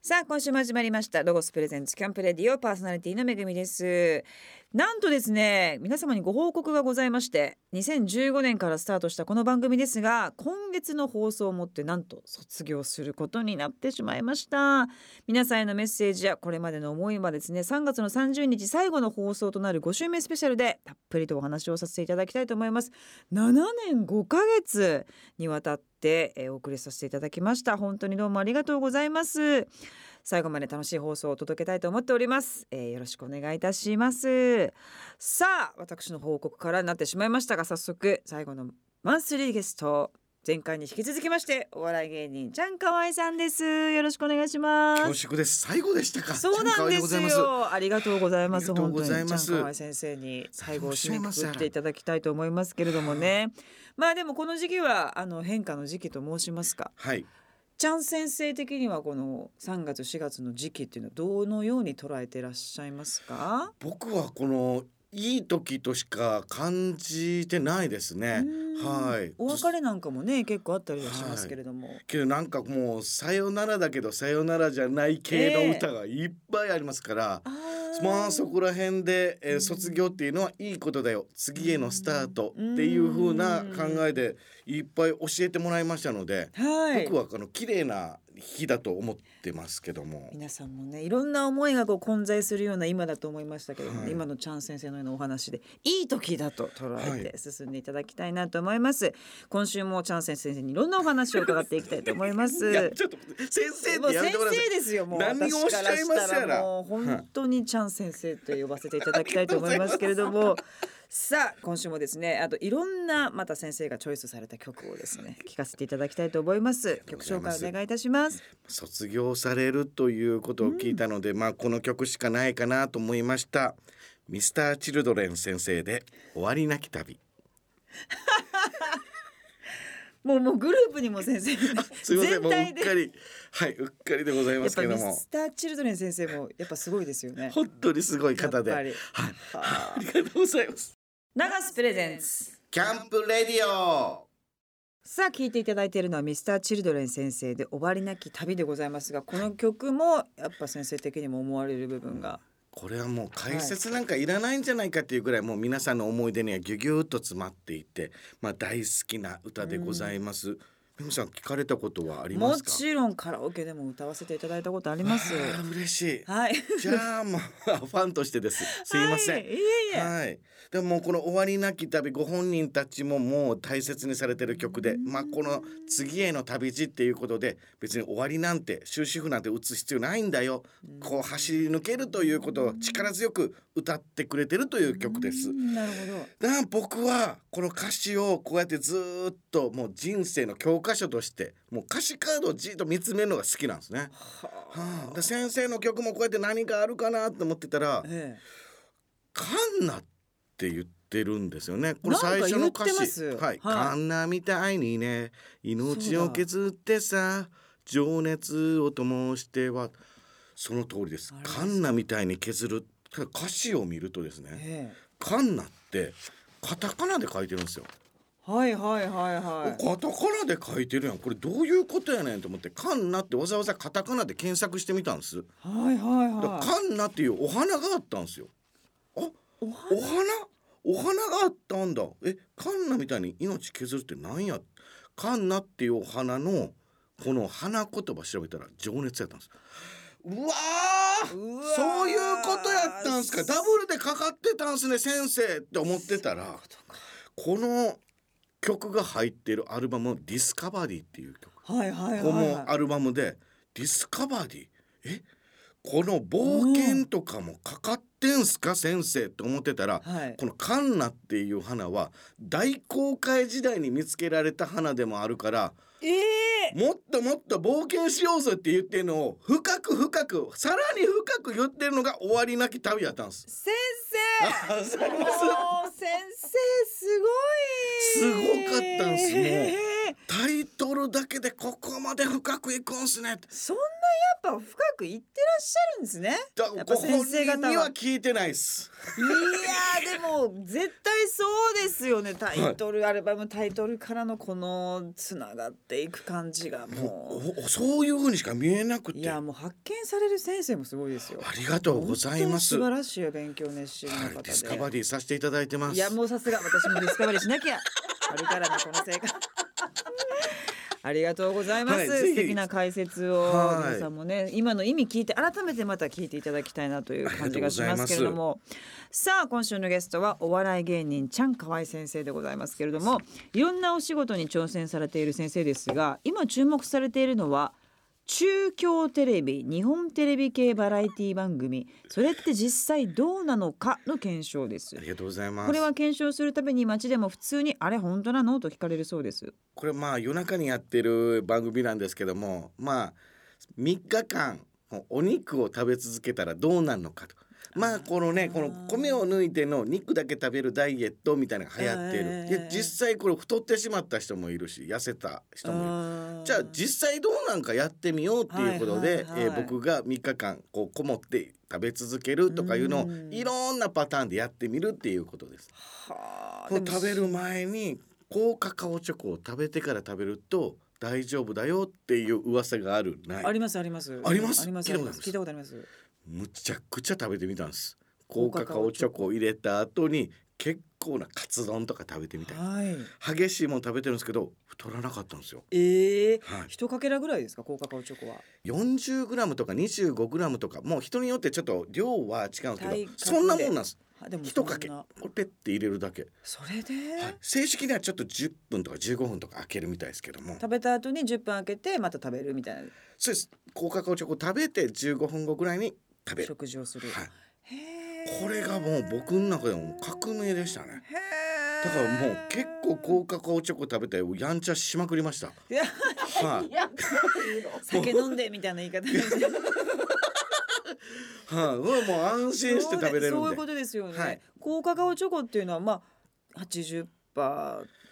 さあ今週も始まりましたロゴスプレゼンツキャンプレディオパーソナリティのめぐみですなんとですね皆様にご報告がございまして2015年からスタートしたこの番組ですが今月の放送をもってなんと卒業することになってしまいました皆さんへのメッセージやこれまでの思いはですね3月の30日最後の放送となる5週目スペシャルでたっぷりとお話をさせていただきたいと思います7年5ヶ月にわたってえーお送りさせていただきました本当にどうもありがとうございます最後まで楽しい放送をお届けたいと思っております、えーよろしくお願いいたしますさあ私の報告からになってしまいましたが早速最後のマンスリーゲスト前回に引き続きましてお笑い芸人ちゃんかわいさんですよろしくお願いします恐縮です。最後でしたか。そうなんですちゃかわいございまよ。ありがとうございます。ありがとう本当ごにざいちゃまんすかわい先生に最後を締めくくっていただきたいと思いますけれどもね。まあでもこの時期はあの変化の時期と申しますか。すはい。ちゃん先生的にはこの3月4月の時期っていうのはどのように捉えてらっしゃいますか。僕はこのいい時としか感じてないですねう。んはい。お別れなんかもね結構あったりはしますけれども。けどなんかもうさよならだけどさよならじゃない系の歌がいっぱいありますから。あーまあそこら辺で、えーうん卒業っていうのはいいことだよ次へのスタートっていう風な考えでいっぱい教えてもらいましたので、はい。僕はこの綺麗な日だと思ってますけども皆さんもねいろんな思いがこう混在するような今だと思いましたけども、はい今のチャン先生のようなお話でいい時だと捉えはて進んでいただきたいなと思います、今週もチャン先生にいろんなお話を伺っていきたいと思いますいやちょっと先生もっうてやめ先てもらって生ですよもう何をおっしゃいますやら私からしたらもう本当にちゃん先生と呼ばせていただきたいと思いますけれ どもさあ今週もですねあといろんなまた先生がチョイスされた曲をですね聞かせていただきたいと思いますりが曲とう紹ございま介すお願いいたします卒業されるということを聞いたので、まあこの曲しかないかなと思いましたミスターチルドレン先生で終わりなき旅もうもうグループにも先生すいませ全んもうう体っでかりはいうっかりでございまやっすぱけどミもスターチルドレン先生もやっぱすごいですよね。本当にすごい方でやっはぱいりありがとうございます長スプレゼンツ。キャンプレディオさあ聞いていただいているのはミスターチルドレン先生で終わりなき旅でございますが、この曲もやっぱ先生的にも思われる部分が。これはもう解説なんかいらないんじゃないかっていうぐらいもう皆さんの思い出にはギュギュッと詰まっていてまあ大好きな歌でございます、めぐさん聞かれたことはありまもすかちろんカラオケでも歌わせていただいたことあり ます。あー嬉しいはい。じゃあもうファンとしてです。すいません。ははいいいえいえ。でももうこの終わりなき旅ご本人たちももう大切にされてる曲で、まあこの次への旅路っていうことで別に終わりなんて終止符なんて打つ必要ないんだよ。こう走り抜けるということを力強く歌ってくれてるという曲ですう。んなるほど。だから僕はこの歌詞をこうやってずーっともう人生の教科書としてもう歌詞カードをじーっと見つめるのが好きなんですね。はあ、で先生の曲もこうやって何かあるかなと思ってたらえ「カンナ」って言ってるんですよねなんこれか最初の歌言ってます詞「はい、はいカンナみたいにね命を削ってさ情熱を灯しては」その通りですあれ「カンナみたいに削る」ただ歌詞を見るとですえねえ「カンナ」ってカタカナで書いてるんですよ。え。はいはいはいはい。カタカナで書いてるやんこれどういうことやねんと思って「カンナ」ってわざわざカタカナで検索してみたんです。はいはいだからはカンナっていうお花があったんですよ。あ、い。おお花お花があったんだ。え、カンナみたいに命削るってなんや。カンナっていうお花のこの花言葉調べたら情熱やったんです。うわーうわーそういうことやったんすかダブルでかかってたんすね先生って思ってたらこの曲が入ってるアルバム「ディスカバディ」っていう曲はいはいはいこはい。のアルバムで「ディスカバディ」えこの冒険とかもかかってんすか、先生と思ってたら、はいこのカンナっていう花は大航海時代に見つけられた花でもあるからええもっともっと冒険しようぜって言ってるのを深く深くさらに深く言ってるのが終わりなき旅やった んです。先あすい生ませんもう先生すごいすごかったんすねええタイトルだけでここまで深くいくんすねってそんなやっぱ深く行ってらっしゃるんですね。だやっぱご本先生方は人には聞いてないです。いやーでも絶対そうですよねタイトル、アルバムタイトルからのこのつながっていく感じがもうもうおそういう風にしか見えなくいて。やあもう発見される先生もすごいですよ。りがとうございます。本当はに素晴らしい勉強熱心いの方で。ディスカバリーさせていただいてます。いやもうさすが私もディスカバリーしなき ゃあるからなこの生活ありがとうございます、はいぜ素ひ敵な解説をはい皆さんもね今の意味聞いて改めてまた聞いていただきたいなという感じがしますけれどもさあ今週のゲストはお笑い芸人ちゃん河合先生でございますけれどもいろんなお仕事に挑戦されている先生ですが今注目されているのは中京テレビ日本テレビ系バラエティ番組それって実際どうなのかの検証ですありがとうございます。これは検証するために街でも普通にあれ本当なのと聞かれるそうです。これまあ夜中にやってる番組なんですけどもまあ3日間お肉を食べ続けたらどうなるのかとまあこのねこの米を抜いての肉だけ食べるダイエットみたいなのが流行っている、ええで実際これ太ってしまった人もいるし痩せた人もいる。じゃあ実際どうなんかやってみようっていうことで、はいはいはいえー僕が3日間こうこもって食べ続けるとかいうのをうんいろんなパターンでやってみるっていうことです。はあこの食べでもる前に高カカオチョコを食べてから食べると大丈夫だよっていう噂があるないありますありますありますあります聞いたことあります聞いたことあります。むちゃくちゃ食べてみたんです高高カカカカオオチチョョコを入れた後に結構なカツ丼とか食べてみたいはい。激しいもん食べてるんですけど太らなかったんですよええはい一かけらぐらいですか高カカオチョコは。 40g とか 25g とかもう人によってちょっと量は違うんで体格すけどでそんなもんなんですあでも一かけそんなこれペッて入れるだけ、それで、はい正式にはちょっと10分とか15分とか開けるみたいですけども食べた後に10分開けてまた食べるみたいそうです高カカオチョコ食べて15分後ぐらいに食なべる、食事をする。はい、へえこれがもう僕の中でも革命でしたねへえだからもう結構高カカオチョコ食べてやんちゃしまくりましたいやはいいや 酒飲んでみたいな言い方なんですねはい、もうもう安心して食べれるそうねそういんうこでとですよね、はい高カカオチョコっていうのはまあ80%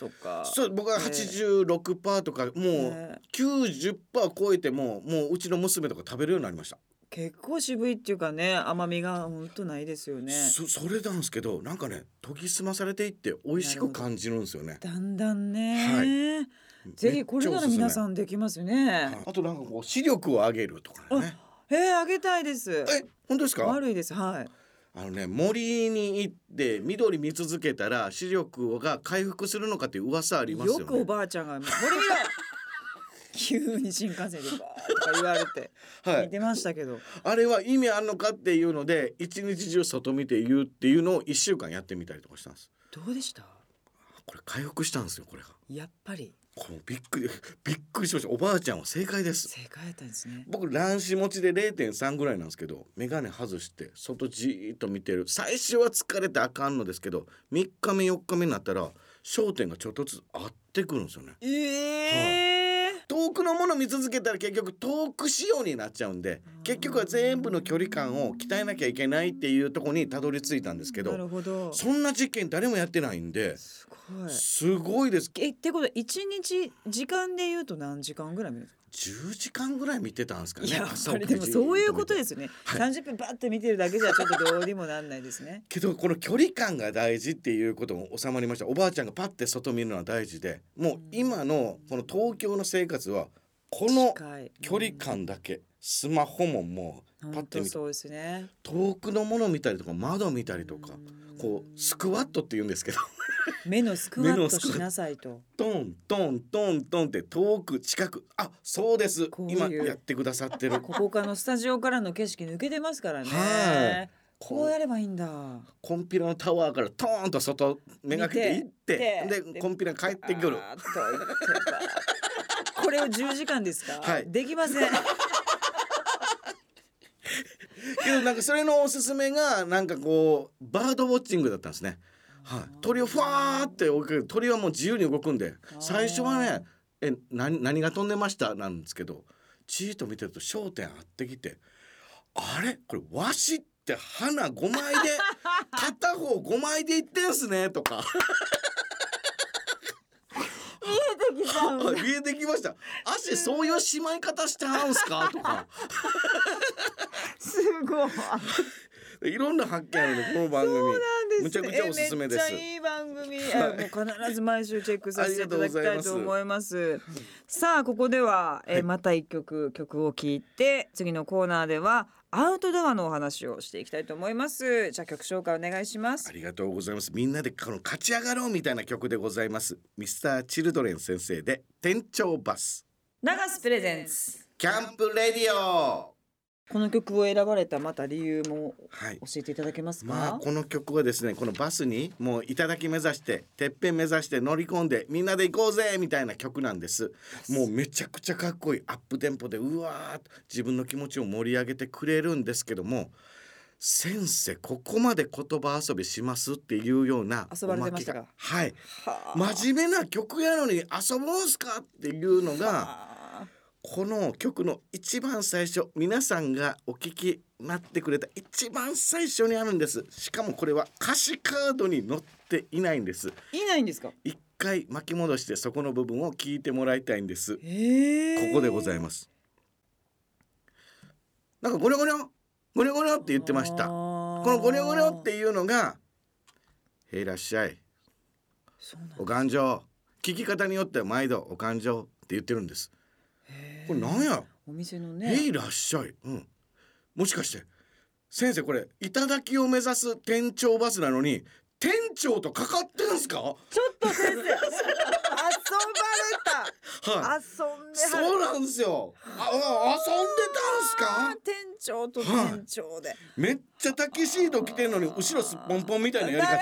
とかそう僕は86%とかもうね90%超えてももううちの娘とか食べるようになりました、結構渋いっていうかね甘みがほんとないですよねそそれなんですけどなんかね研ぎ澄まされていって美味しく感じるんですよねだんだんね、ぜひこれならめっちゃ皆おすすめさんできますよね、はいあとなんかこう視力を上げるとかねえー、あげたいですえ本当ですか悪いですはいあのね森に行って緑見続けたら視力が回復するのかっていう噂ありますよよねくおばあちゃんが「森見ろ!」急に新幹線でバーとか言われては見い、てましたけど、あれは意味あんのかっていうので一日中外見て言うっていうのを1週間やってみたりとかしたんですどうでしたこれ回復したんですよこれがやっぱりこれもうびっくりびっくりしましたおばあちゃんは正解です正解だったんですね僕乱視持ちで0.3ぐらいなんですけど眼鏡外して外じーっと見てる最初は疲れてあかんのですけど3日目4日目になったら焦点がちょっとずつ合ってくるんですよねええ遠くのもの見続けたら結局遠く仕様になっちゃうんで結局は全部の距離感を鍛えなきゃいけないっていうところにたどり着いたんですけなるどほどそんな実験誰もやってないんですごいすごいですえってことは一日時間で言うと何時間ぐらい見るんですか10時間ぐらい見てたんですかねい や朝これでも起きてそういうことですよね、はい30分バッて見てるだけじゃちょっとどうにもなんないですねけどこの距離感が大事っていうことも収まりましたおばあちゃんがパッて外見るのは大事でもう今のこの東京の生活は この近い距離感だけスマホももうんうパッ本て当見てそうですね遠くのもの見たりとか窓見たりとかこうスクワットって言うんですけど 目のスクワ目ッのトスしクワットなさいとトントントントンって遠く近くあそうですこういう今やってくださってるここからのスタジオからの景色抜けてますからはねここううやればいいんだコンピラのタワーからトーンと外めがけて行って見てででコンピラ帰ってくるあーっと言ってばこれを10時間ですか、 はいできませんけどなんかそれのおすすめがなんかこうバードウォッチングだったんですね。はい、鳥をファーって追いかける鳥はもう自由に動くんで最初はね「え何何が飛んでました?」なんですけどじーっと見てると焦点合ってきて「あれこれワシって花5枚で片方5枚でいってんすね」とか見えてきた見えてきました「足そういうしまい方してはんすか?」とか 曲を。いろんな発見あるねこの番組むちゃくちゃおすすめですえめっちゃいい番組、えもう必ず毎週チェックさせていただきたいと思います。さあここでは、えはいまた一曲曲を聞いて次のコーナーではアウトドアのお話をしていきたいと思います。じゃあ曲紹介お願いしますあ。りがとうございますみんなでこの勝ち上がろうみたいな曲でございますミスターチルドレン先生で店長バス長スプレゼンツ。キャンプレディオこの曲を選ばれたまた理由もはい教えていただけますか。まあこの曲はですねこのバスにもう頂き目指しててっぺん目指して乗り込んでみんなで行こうぜみたいな曲なんですもうめちゃくちゃかっこいいアップテンポでうわーっと自分の気持ちを盛り上げてくれるんですけども先生ここまで言葉遊びしますっていうような遊ばれてましたかおまけがはいはあ真面目な曲やのに遊ぼうんすかっていうのがはあこの曲の一番最初皆さんがお聞きになってくれた一番最初にあるんですしかもこれは歌詞カードに載っていないんですいないんですか。一回巻き戻してそこの部分を聞いてもらいたいんですこええ。こでございす。ますなんかゴニョゴニョゴニョゴニョって言ってましたここのゴニョゴニョっていうのが「へいらっしゃい」そうなんだお勘定聞き方によっては毎度お勘定って言ってるんですこれなんや、お店のへいね。いらっしゃい、うん、もしかして先生これ頂きを目指す店長バスなのに店長とかかってんすかはちょっと先生 遊ばれた。い遊んではそうる。なんですよああ遊んでたんあすかー店長と店長で。めっちゃタキシード着てんのに後ろすっぽんぽんみたいなやり だ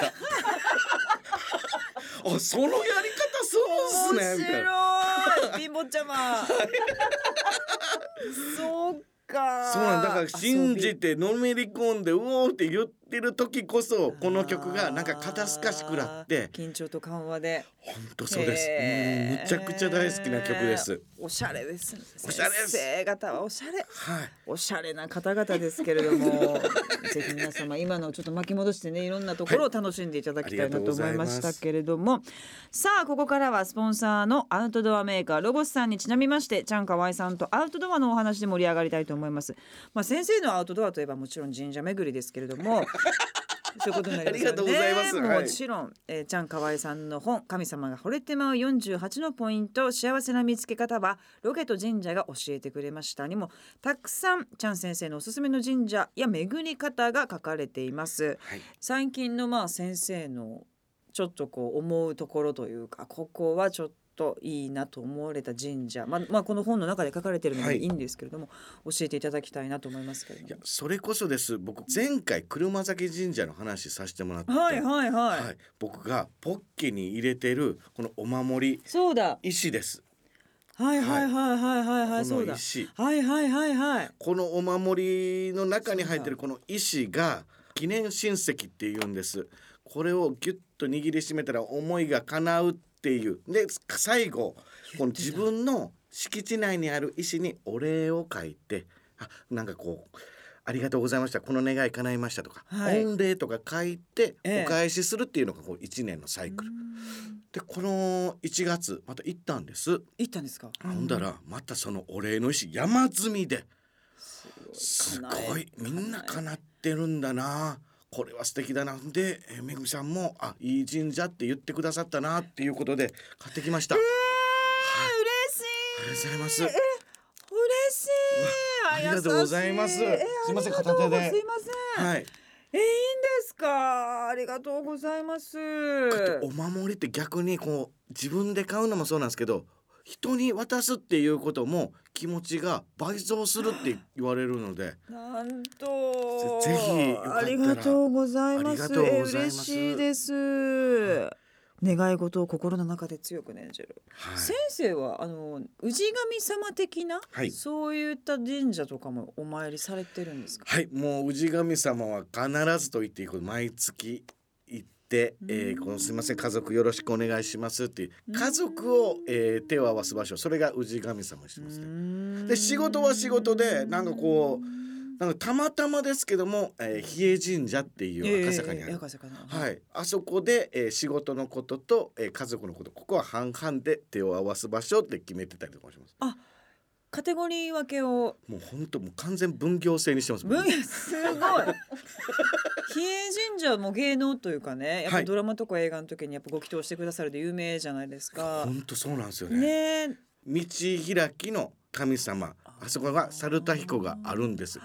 方あそのやり方するん面すねみたいな白い貧乏ちゃま。そうか。そうなんだから信じてのめり込んでうおーって言ってる時こそこの曲がなんか肩透かしくなって緊張と緩和で本当そうですへーうんむちゃくちゃ大好きな曲ですおしゃれですねおしゃれです先生方はおしゃれはいおしゃれな方々ですけれどもぜひ皆様今のをちょっと巻き戻してねいろんなところを楽しんでいただきたいなと思いましたけれども、さあここからはスポンサーのアウトドアメーカーロゴスさんにちなみましてちゃんかわいさんとアウトドアのお話で盛り上がりたいと思います。まあ、先生のアウトドアといえばもちろん神社巡りですけれど もそういうことになりますよねありがとうございますはいもちろん、えー、ちゃんかわいさんの本神様が惚れてまう48のポイント幸せな見つけ方はロケと神社が教えてくれましたにもたくさんちゃん先生のおすすめの神社や巡り方が書かれていますはい最近のまあ先生のちょっとこう思うところというかここはちょっといいなと思われた神社、まあ、まあこの本の中で書かれてるのはでいいいんですけれども、教えていただきたいなと思いますけれいやども。それこそです僕前回車崎神社の話させてもらってはいはいはい、はい僕がポッケに入れてるこのお守りそうだ石ですはいはいはいはいはいはいこそうのだ石はいはいはいはいこのお守りの中に入ってるこの石が記念親戚っていうんですこれをギュッと握りしめたら思いが叶うっていうで最後この自分の敷地内にある石にお礼を書いてあなんかこう「ありがとうございましたこの願い叶いました」とか、はい御礼とか書いてええお返しするっていうのがこう1年のサイクル。うんでこの1月また行ったんです。行ったんですかほんだらまたそのお礼の石山積みで。すすごいごいみんな叶ってるんだなこれは素敵だなでえーめぐみさんも「あいい神社」って言ってくださったなっていうことで買ってきました、はいありがとうございます嬉しいわありがとうございます優しえすいませんありがとう片手ですいません、はいえいいんですかありがとうございますあとお守りって逆にこう自分で買うのもそうなんですけど人に渡すっていうことも気持ちが倍増するって言われるのでなんとぜぜひよかったらありがとうございますありがとうございえます嬉しいです、願い事を心の中で強く念じる、はい先生はあの氏神様的な、はいそういった神社とかもお参りされてるんですかはい、もう氏神様は必ずと言っていいこと毎月行って、えーこのすみません家族よろしくお願いしますっていう家族を、えー手を合わす場所それが氏神様にしてますね。でで仕事は仕事でなんかこうなんかたまたまですけども、えー比叡神社っていう赤坂にある、赤坂のはいい、あそこで、えー仕事のことと、えー家族のことここは半々で手を合わす場所って決めてたりとかもします。カテゴリー分けをもう本当もう完全分業制にしてます。分野すごい比叡神社も芸能というかねやっはぱいドラマとか映画の時にやっぱご祈祷してくださるで有名じゃないですか。本当そうなんですよね。ねえ道開きの神様、あそこが猿田彦があるんです。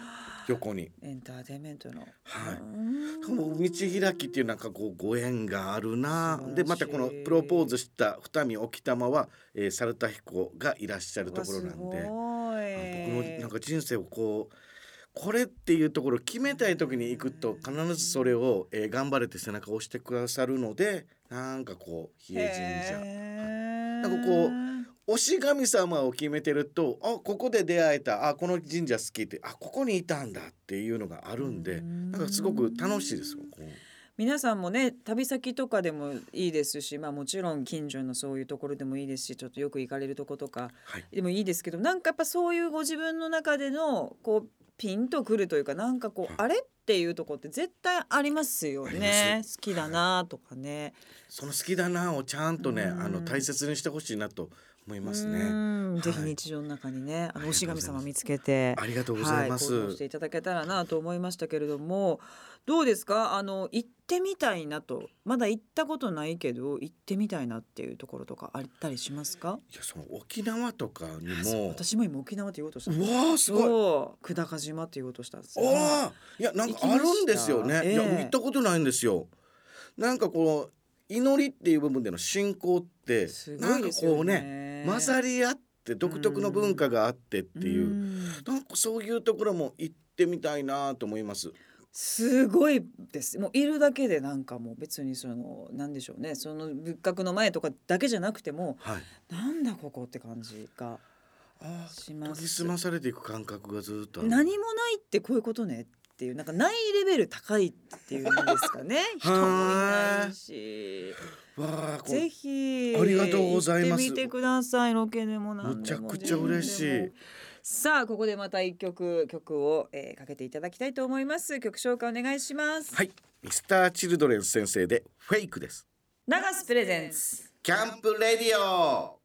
横に。エンターテインメントの。はい。うんこの道開きっていうなんかこうご縁があるな素晴らしいでまたこのプロポーズした二見沖玉は、えー、猿田彦がいらっしゃるところなんであの僕のなんで。か人生をこうこれっていうところを決めたい時に行くと必ずそれを、えー頑張れて背中を押してくださるのでなんかこう比叡神社社なんかこ推し神様を決めてるとあここで出会えたあこの神社好きってあここにいたんだっていうのがあるんでなんかすごく楽しいですよ。こう皆さんもね旅先とかでもいいですし、まあ、もちろん近所のそういうところでもいいですしちょっとよく行かれるとことかはいでもいいですけどなんかやっぱそういうご自分の中でのこうピンとくるというかなんかこう、はいあれっていうところって絶対ありますよありねま好きだなとかね。その好きだなをちゃんとね、うんあの大切にしてほしいなと思いますうね。んぜひはい日常の中にね、あありのがとうござおいますし神様見つけて。ありがとうございまはす。行動していただけたらなと思いましたけれども、どうですか？あの行ってみたいなと、まだ行ったことないけど行ってみたいなっていうところとかあったりしますか？いや、その沖縄とかにあそうも。私も今沖縄って言おうとした。うわー、すごい。そう、久高島って言おうとしたんですよ。おーいや、なんかあるんですよね。行きましたいや、ええ行ったことないんですよ。なんかこう、祈りっていう部分での信仰って、すなごんいかですよこうね、ね。混ざり合って独特の文化があってっていう。んなんかそういうところも行ってみたいなと思います。すごいですもういるだけでなんかもう別にそのなんでしょうねその仏閣の前とかだけじゃなくてもはい。なんだここって感じがあーしま研ぎす澄まされていく感覚がずっとある。何もないってこういうことねっていうなんかないレベル高いっていうんですかね人もいないしわあ、こうぜひありがとうございます行ってみてくださいロケでもなんむでちゃもくちゃ嬉し自分でいも。さあここでまた一曲曲を、えー、かけていただきたいと思います曲紹介お願いします、はい、ミスターチルドレン先生でフェイクです。長瀬プレゼンツキャンプレディオ。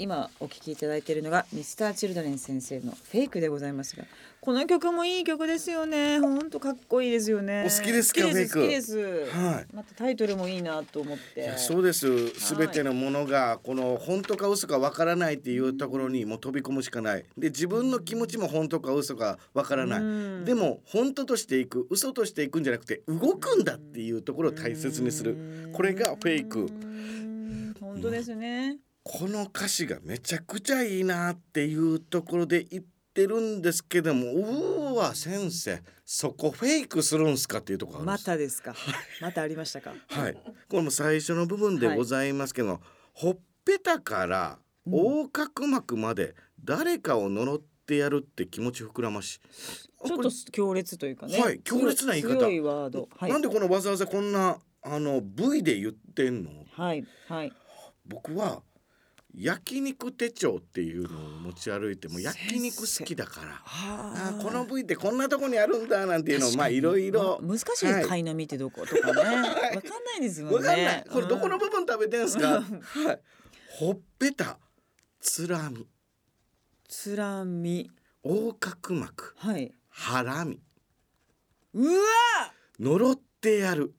今お聞きいただいているのがミスターチルドレン先生のフェイクでございますがこの曲もいい曲ですよね本当かっこいいですよねお好きですか好きですフェイク好きです、はまたタイトルもいいなと思っいてや、そうです。すべてのものがこの本当か嘘かわからないっていうところにもう飛び込むしかない。で、自分の気持ちも本当か嘘かわからうない。んでも本当としていく嘘としていくんじゃなくて動くんだっていうところを大切にするうんこれがフェイクうん本当ですね、この歌詞がめちゃくちゃいいなっていうところで言ってるんですけどもうーわ先生そこフェイクするんすかっていうところあるんまですたですかまたありま したかはい、これも最初の部分でございますけど、ほっぺたから横隔膜まで誰かを呪ってやるって気持ち膨らまし、ちょっことれ強烈というかねはい強烈な言い方強いワードはいなんでこのわざわざこんなあの部位で言ってんのはいはい僕は焼肉手帳っていうのを持ち歩いてもう焼肉好きだからああーこの部位ってこんなとこにあるんだなんていうのをまあいろいろま難しいです、はい貝の実ってどこと かねわかんないですもんねわかんないこれどこのうん部分食べてんすか、はい、ほっぺたつらみつらみ横隔膜はい。ハラミうわ呪ってやる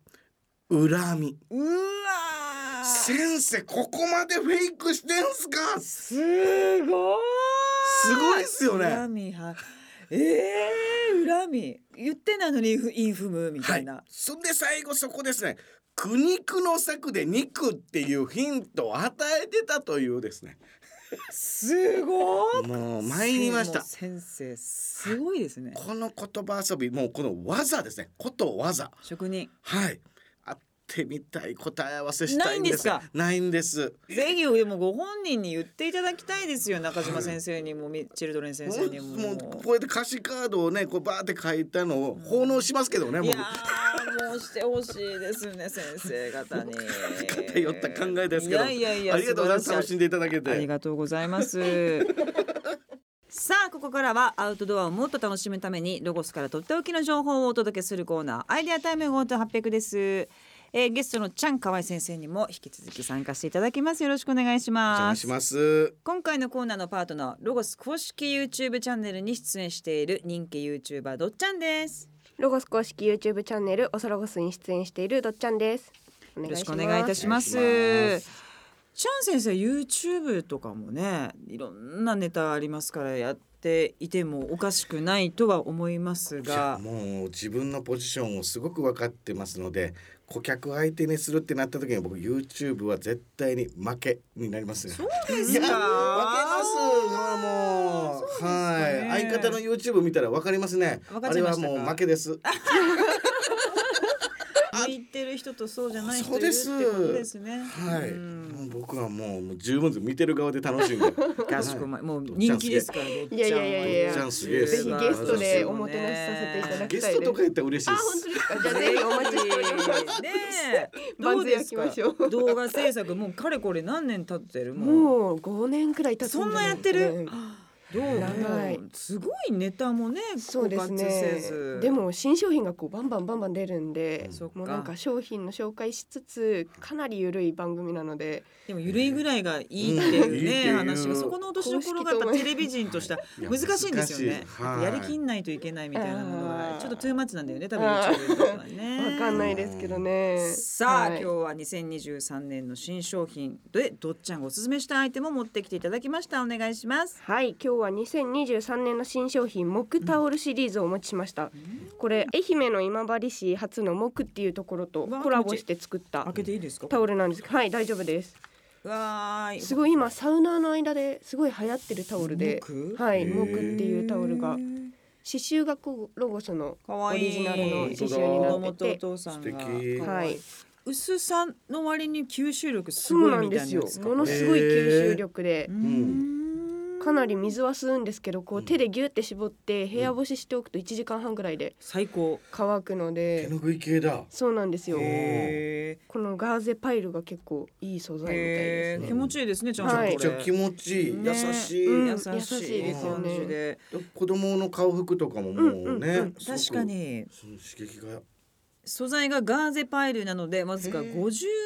恨みうわ先生ここまでフェイクしてんすかすごいすごいっすよね恨みはえー、恨み言ってないのにインフインフムみたいな、はい、そんで最後そこですね苦肉の策で肉っていうヒントを与えてたというですねすごいもう参りました先生すごいですねこの言葉遊びもうこの技ですねことわざ職人はいあってみたい答え合わせしたいんですないんですないんですぜひでもご本人に言っていただきたいですよ中島先生にもみチルドレン先生にももうもうこうやって歌詞カードをねこうバーって書いたのを奉納しますけどね、い僕やーもうしてほしいですね先生方 に偏った考えですけどいやいやいやありがとうございま素す晴ら楽ししんでいただけてありがとうございます さあここからはアウトドアをもっと楽しむためにロゴスからとっておきの情報をお届けするコーナーアイデアタイムゴート800ですえーゲストのちゃん河合先生にも引き続き参加していただきますよろしくお願いしお邪ま魔すします。今回のコーナーのパートナーロゴス公式 YouTube チャンネルに出演している人気 YouTuber どっちゃんですロゴス公式 YouTube チャンネルおそロゴスに出演しているどっちゃんです。よよろしくお願いいたしますお願いしちゃん先生 YouTube とかもねいろんなネタありますからやっていてもおかしくないとは思いますいやがもう自分のポジションをすごく分かってますので顧客相手にするってなった時に僕 YouTube は絶対に負けになりますね。そうでいすや負けかますもうもうねはい相方の YouTube 見たら分かりますね分かっあちゃれいまはしたかもう負けです向いてる人とそうじゃない人いるってことですねはいうんもう僕はもうもう十分です見てる側で楽しん でかしこまりもう人気ですからどっちゃんいやいやいやいやどっちゃんすげえぜひゲストでおもてなしさせていただきたいでゲす。ストとかやったら嬉しいですあ本当ですか。じゃあぜひお待ちしております。ねえ万どう全で焼すきかましょう動画制作もうかれこれ何年経ってるもうもう五年くらい経つじゃいでそすかねんなやってるどう長いすごいネタもねそうです枯渇せねず。でも新商品がこうバンバンバンバン出るんでそっ、かもうなんか商品の紹介しつつかなりゆるい番組なので、でもゆるいぐらいがいいっていうね、うん話いいっていがうそこの落としどころがやっぱテレビ人としてははいいや難しいんですよね難しいはいやりきんないといけないみたいなものがあーちょっとトゥーマッチなんだよね多分 YouTube とかはねわかんないですけどね。さあ、はい今日は2023年の新商品でどっちゃんがおすすめしたアイテムを持ってきていただきましたお願いしますはい今日は2023年の新商品木タオルシリーズをお持ちしました、これ愛媛の今治市初の木っていうところとうわコラボして作った開けていいですかタオルなんですけどはい大丈夫ですわーいすごい今サウナーの間ですごい流行ってるタオルで木はいへー木っていうタオルが刺繍がこうロゴスのかオわいいリジナルの刺繍に子な供っとおてて父さんが素敵可愛はい薄さの割に吸収力すそうごないんみでたいすなやよつかものすごい吸収力でうーんかなり水は吸うんですけどこう手でギュって絞って部屋干ししておくと1時間半ぐらいで最高乾くので手ぬぐい系だそうなんですよ。へこのガーゼパイルが結構いい素材みたいでえす気ね。持ちいいですねちゃんとこはめれいっちゃ気持ちいいね優しいうん優しい優しいですよね感じで子供の顔服とかもうんもううんうねんすごく確かにその刺激が素材がガーゼパイルなのでわずかへえ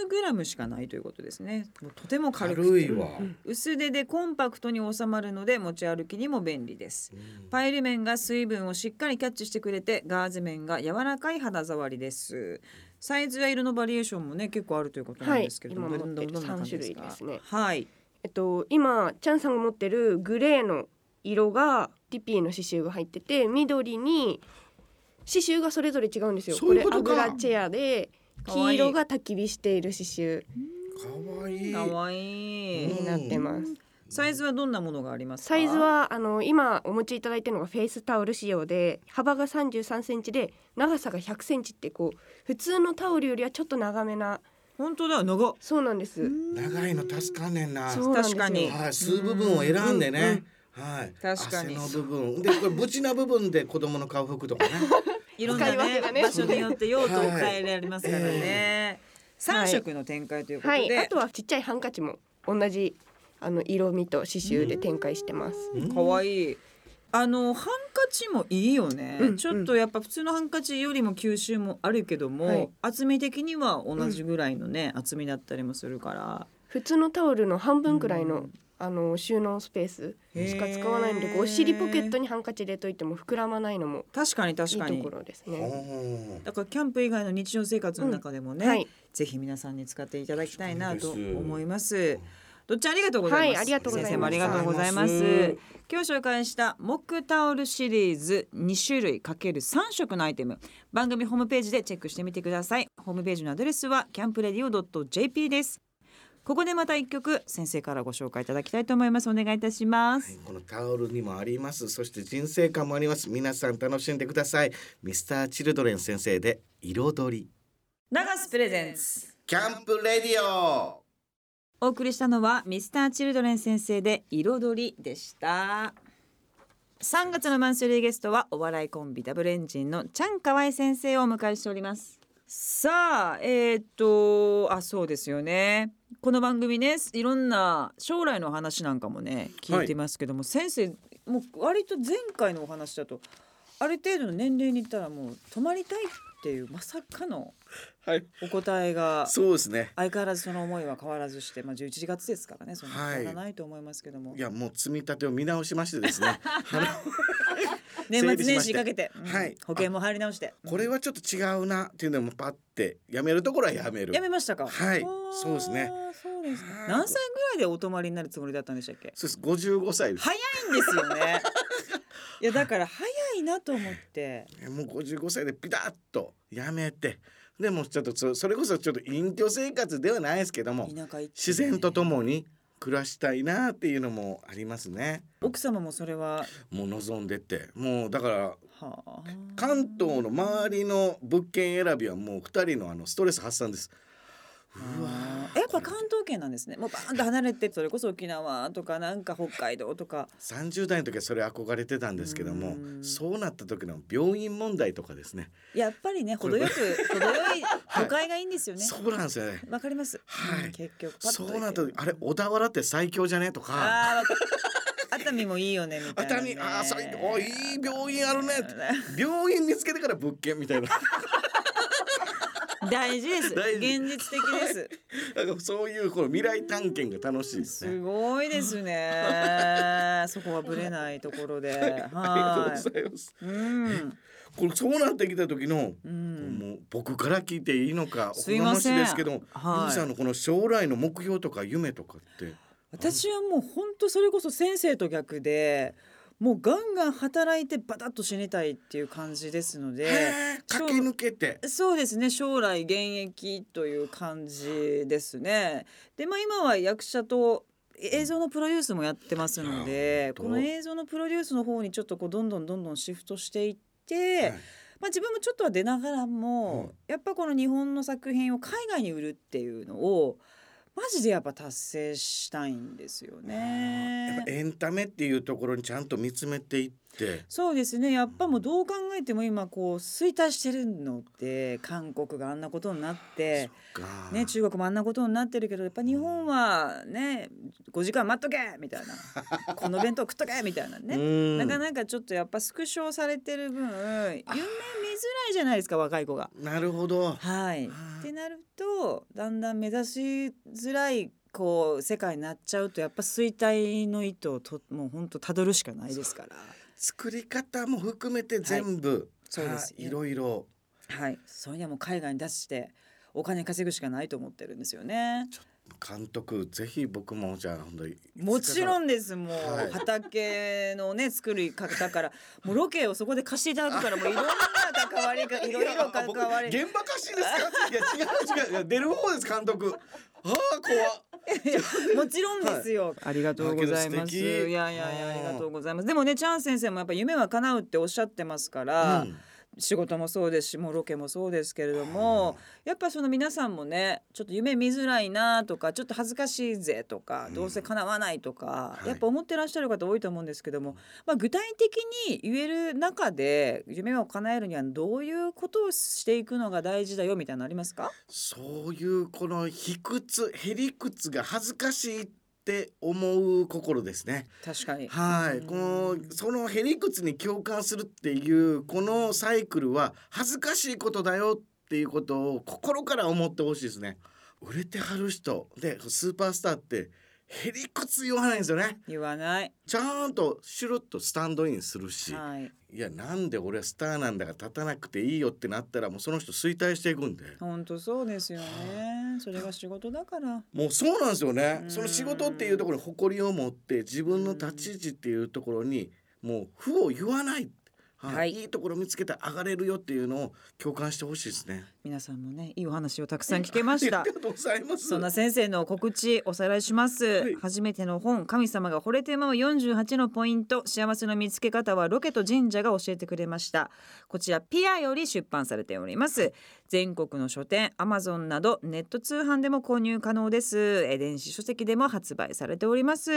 50g しかないということですねもうとても軽く軽いわ薄手でコンパクトに収まるので持ち歩きにも便利ですうんパイル面が水分をしっかりキャッチしてくれてガーゼ面が柔らかい肌触りですサイズや色のバリエーションもね結構あるということなんですけれども、どはい今んど持ってんるどんな感じですか三種類ですはいえっと今チャンさんが持ってるグレーの色がティピーの刺繍が入ってて緑に刺繍がそれぞれ違うんですよ。そういうことれかアグラチェアでかわい黄い色が焚き火している刺繍可愛いかわいい、うんになってます。サイズはどんなものがありますかサイズはあの今お持ちいただいてるのがフェイスタオル仕様で幅が33センチで長さが100センチってこう普通のタオルよりはちょっと長めな本当だ長っそうなんです。長いの助かんねんな。そうなんです確よかにはい、吸う部分を選んでうんうね。はい。確かに汗の部分でこれブチな部分で子供の顔服 とかね。いろんな使い分ねけがね場所によって用途を変えられますからはいね、三色の展開ということで、はい、あとはちっちゃいハンカチも同じあの色味と刺繍で展開してます。かわいいあのハンカチもいいよね、うんちょっとやっぱ普通のハンカチよりも吸収もあるけども、はい厚み的には同じぐらいのね、厚みだったりもするから普通のタオルの半分くらいうの、んあの収納スペースしかへー使わないので、こうお尻ポケットにハンカチ入れといても膨らまないのも確かにい確いかにところですおね。ーだからキャンプ以外の日常生活の中でもね、はい、ぜひ皆さんに使っていただきたいなとそうです思います。どっちありがとうございます。はいありがとうございます先生もありがとうございまあすりがとうござい。今日紹介したモックタオルシリーズ2種類かける3色のアイテム、番組ホームページでチェックしてみてください。ホームページのアドレスはキャンプレディオドット JP です。ここでまた一曲先生からご紹介いただきたいと思います。お願いいたします。このタオルにもあります。そして人生観もあります。皆さん楽しんでください。ミスターチルドレン先生で彩り。ナガスプレゼンツ。キャンプレディオ。お送りしたのはミスターチルドレン先生で彩りでした3月のマンスリーゲストはお笑いコンビダブルエンジンのちゃんかわい先生をお迎えしておりますさあえーっとあそうですよねこの番組ねいろんな将来の話なんかもね聞いてますけども、先生もう割と前回のお話だとある程度の年齢にいったらもう泊まりたいっていうまさかのはいお答えがそうですね相変わらずその思いは変わらずして、まあ、11月ですからねそんなはい変わらないと思いますけども、いやもう積み立てを見直しましてです ね年末年始かけて、うんはい保険も入り直してこれはちょっと違うなっていうのもパッてやめるところはやめるやめましたかはいあーそうですねそうですかはい何歳ぐらいでお泊まりになるつもりだったんでしたっけそうです55歳です早いんですよ ねいやだから早いなと思ってもう55歳でピタッとやめてでもうちょっとそそれこそちょっと隠居生活ではないですけども田舎行って自然とともに暮らしたいなっていうのもありますね奥様もそれはもう望んでてもうだからはあ関東の周りの物件選びはもう2人のあのストレス発散ですうわあーやっぱ関東圏なんですねもうバーンと離れてそれこそ沖縄とかなんか北海道とか30代の時はそれ憧れてたんですけどもうんそうなった時の病院問題とかですねやっぱりねこ程れよ く程よいはい都会がいいんですよねそうなんですよねわかります、はいうん結局パッとそうなった時あれ小田原って最強じゃねとかあーわか熱海もいいよねみたいな、ね、熱海あー最高おいい病院あるね病院見つけてから物件みたいな 大事です大事現実的ですなんかそういうこの未来探検が楽しいですすねごいです ね。そこはぶれないところで。ありはがとうございますい。うん。これそうなってきた時のうん。もう僕から聞いていいのかすいませんおこがですけど、はいゆうさんのこの将来の目標とか夢とかって私はもう本当それこそ先生と逆で。もうガンガン働いてバタッと死にたいっていう感じですので。へー駆け抜けてそうですね将来現役という感じですね。でまあ今は役者と映像のプロデュースもやってますのいやで本当この映像のプロデュースの方にちょっとこうどんどんどんどんシフトしていって、はいまあ、自分もちょっとは出ながらも、はいやっぱこの日本の作品を海外に売るっていうのをマジでやっぱ達成したいんですよやっぱね。エンタメっていうところにちゃんと見つめていってそうですねやっぱもうどう考えても今こう衰退してるので韓国があんなことになって、が、ね、中国もあんなことになってるけどやっぱ日本はね5時間待っとけみたい なこの弁当食っとけみたいなね。ねなかなかちょっとやっぱスクショされてる分夢見づらいじゃないですか若い子が。なるほどはい、あーってなるとだんだん目指しづらいこう世界になっちゃうとやっぱ衰退の意図をともう本当たどるしかないですから、作り方も含めて全部、そうですはいいろいろはい、それにはもう海外に出してお金稼ぐしかないと思ってるんですよね。監督ぜひ僕もじゃあ本当にもちろんんですもう、はい畑のね作り方からもうロケをそこで貸していただくからもういろんな関わり がいろいろ関わり現場貸しですかいや違う違ういや出る方です監督ああ怖っもちろんですよ、ありがとうございあまけどす素い敵やいやいやありがとうございますでもねチャン先生もやっぱ夢は叶うっておっしゃってますから、うん仕事もそうですしもうロケもそうですけれども、やっぱその皆さんもねちょっと夢見づらいなとかちょっと恥ずかしいぜとか、うんどうせ叶わないとか、はいやっぱ思ってらっしゃる方多いと思うんですけども、まあ、具体的に言える中で夢を叶えるにはどういうことをしていくのが大事だよみたいなのありますかそういうこの卑屈へりくつが恥ずかしいって思う心ですね。確かに。はい、うんこのそのへりくつに共感するっていうこのサイクルは恥ずかしいことだよっていうことを心から思ってほしいですね。売れてはる人でスーパースターってへりくつ言わないんですよね。言わない。ちゃんとシュルッとスタンドインするし、はいいやなんで俺はスターなんだから立たなくていいよってなったらもうその人衰退していくんで。本当そうですよね。それが仕事だから。もうそうなんですよねうんその仕事っていうところに誇りを持って自分の立ち位置っていうところにもう負を言わない、はいはいい、いところ見つけて上がれるよっていうのを共感してほしいですね。皆さんもね、いいお話をたくさん聞けましあたり。がとうございますそんな先生の告知おさらいします、はい初めての本神様が惚れてまう48のポイント幸せの見つけ方はロケと神社が教えてくれましたこちらピアより出版されております全国の書店アマゾンなどネット通販でも購入可能ですえー電子書籍でも発売されております、い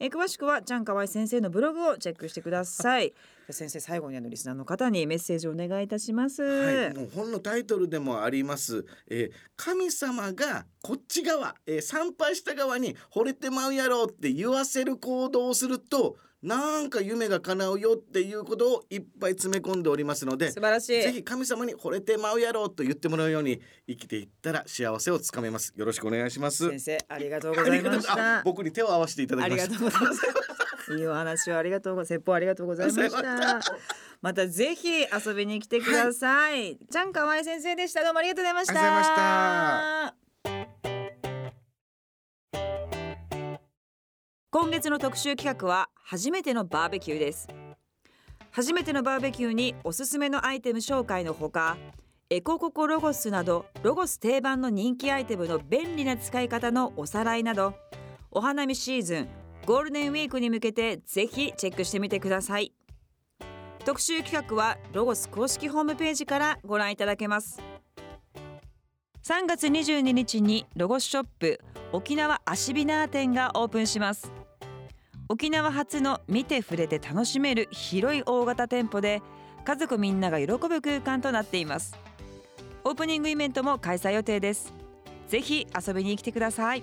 えー詳しくはちゃんかわい先生のブログをチェックしてください先生最後にあのリスナーの方にメッセージをお願いいたします、はい、もう本のタイトルでもあります、えー神様がこっち側、えー参拝した側に惚れてまうやろって言わせる行動をするとなんか夢が叶うよっていうことをいっぱい詰め込んでおりますので素晴らしいぜひ神様に惚れてまうやろうと言ってもらうように生きていったら幸せをつかめますよろしくお願いします先生ありがとうございましあた僕に手を合わせていただあきりまがしとうたございます。いいお話をありがとうご説 法ありがとうございました。またぜひ遊びに来てください。ちゃんかわい先生でした。どうもありがとうございました。ありがとうござ今月の特集企画は初めてのバーベキューです。初めてのバーベキューにおすすめのアイテム紹介のほか。エコココロゴスなどロゴス定番の人気アイテムの便利な使い方のおさらいなどお花見シーズンゴールデンウィークに向けてぜひチェックしてみてください特集企画はロゴス公式ホームページからご覧いただけます3月22日にロゴスショップ沖縄アシビナー店がオープンします沖縄初の見て触れて楽しめる広い大型店舗で家族みんなが喜ぶ空間となっていますオープニングイベントも開催予定ですぜひ遊びに来てください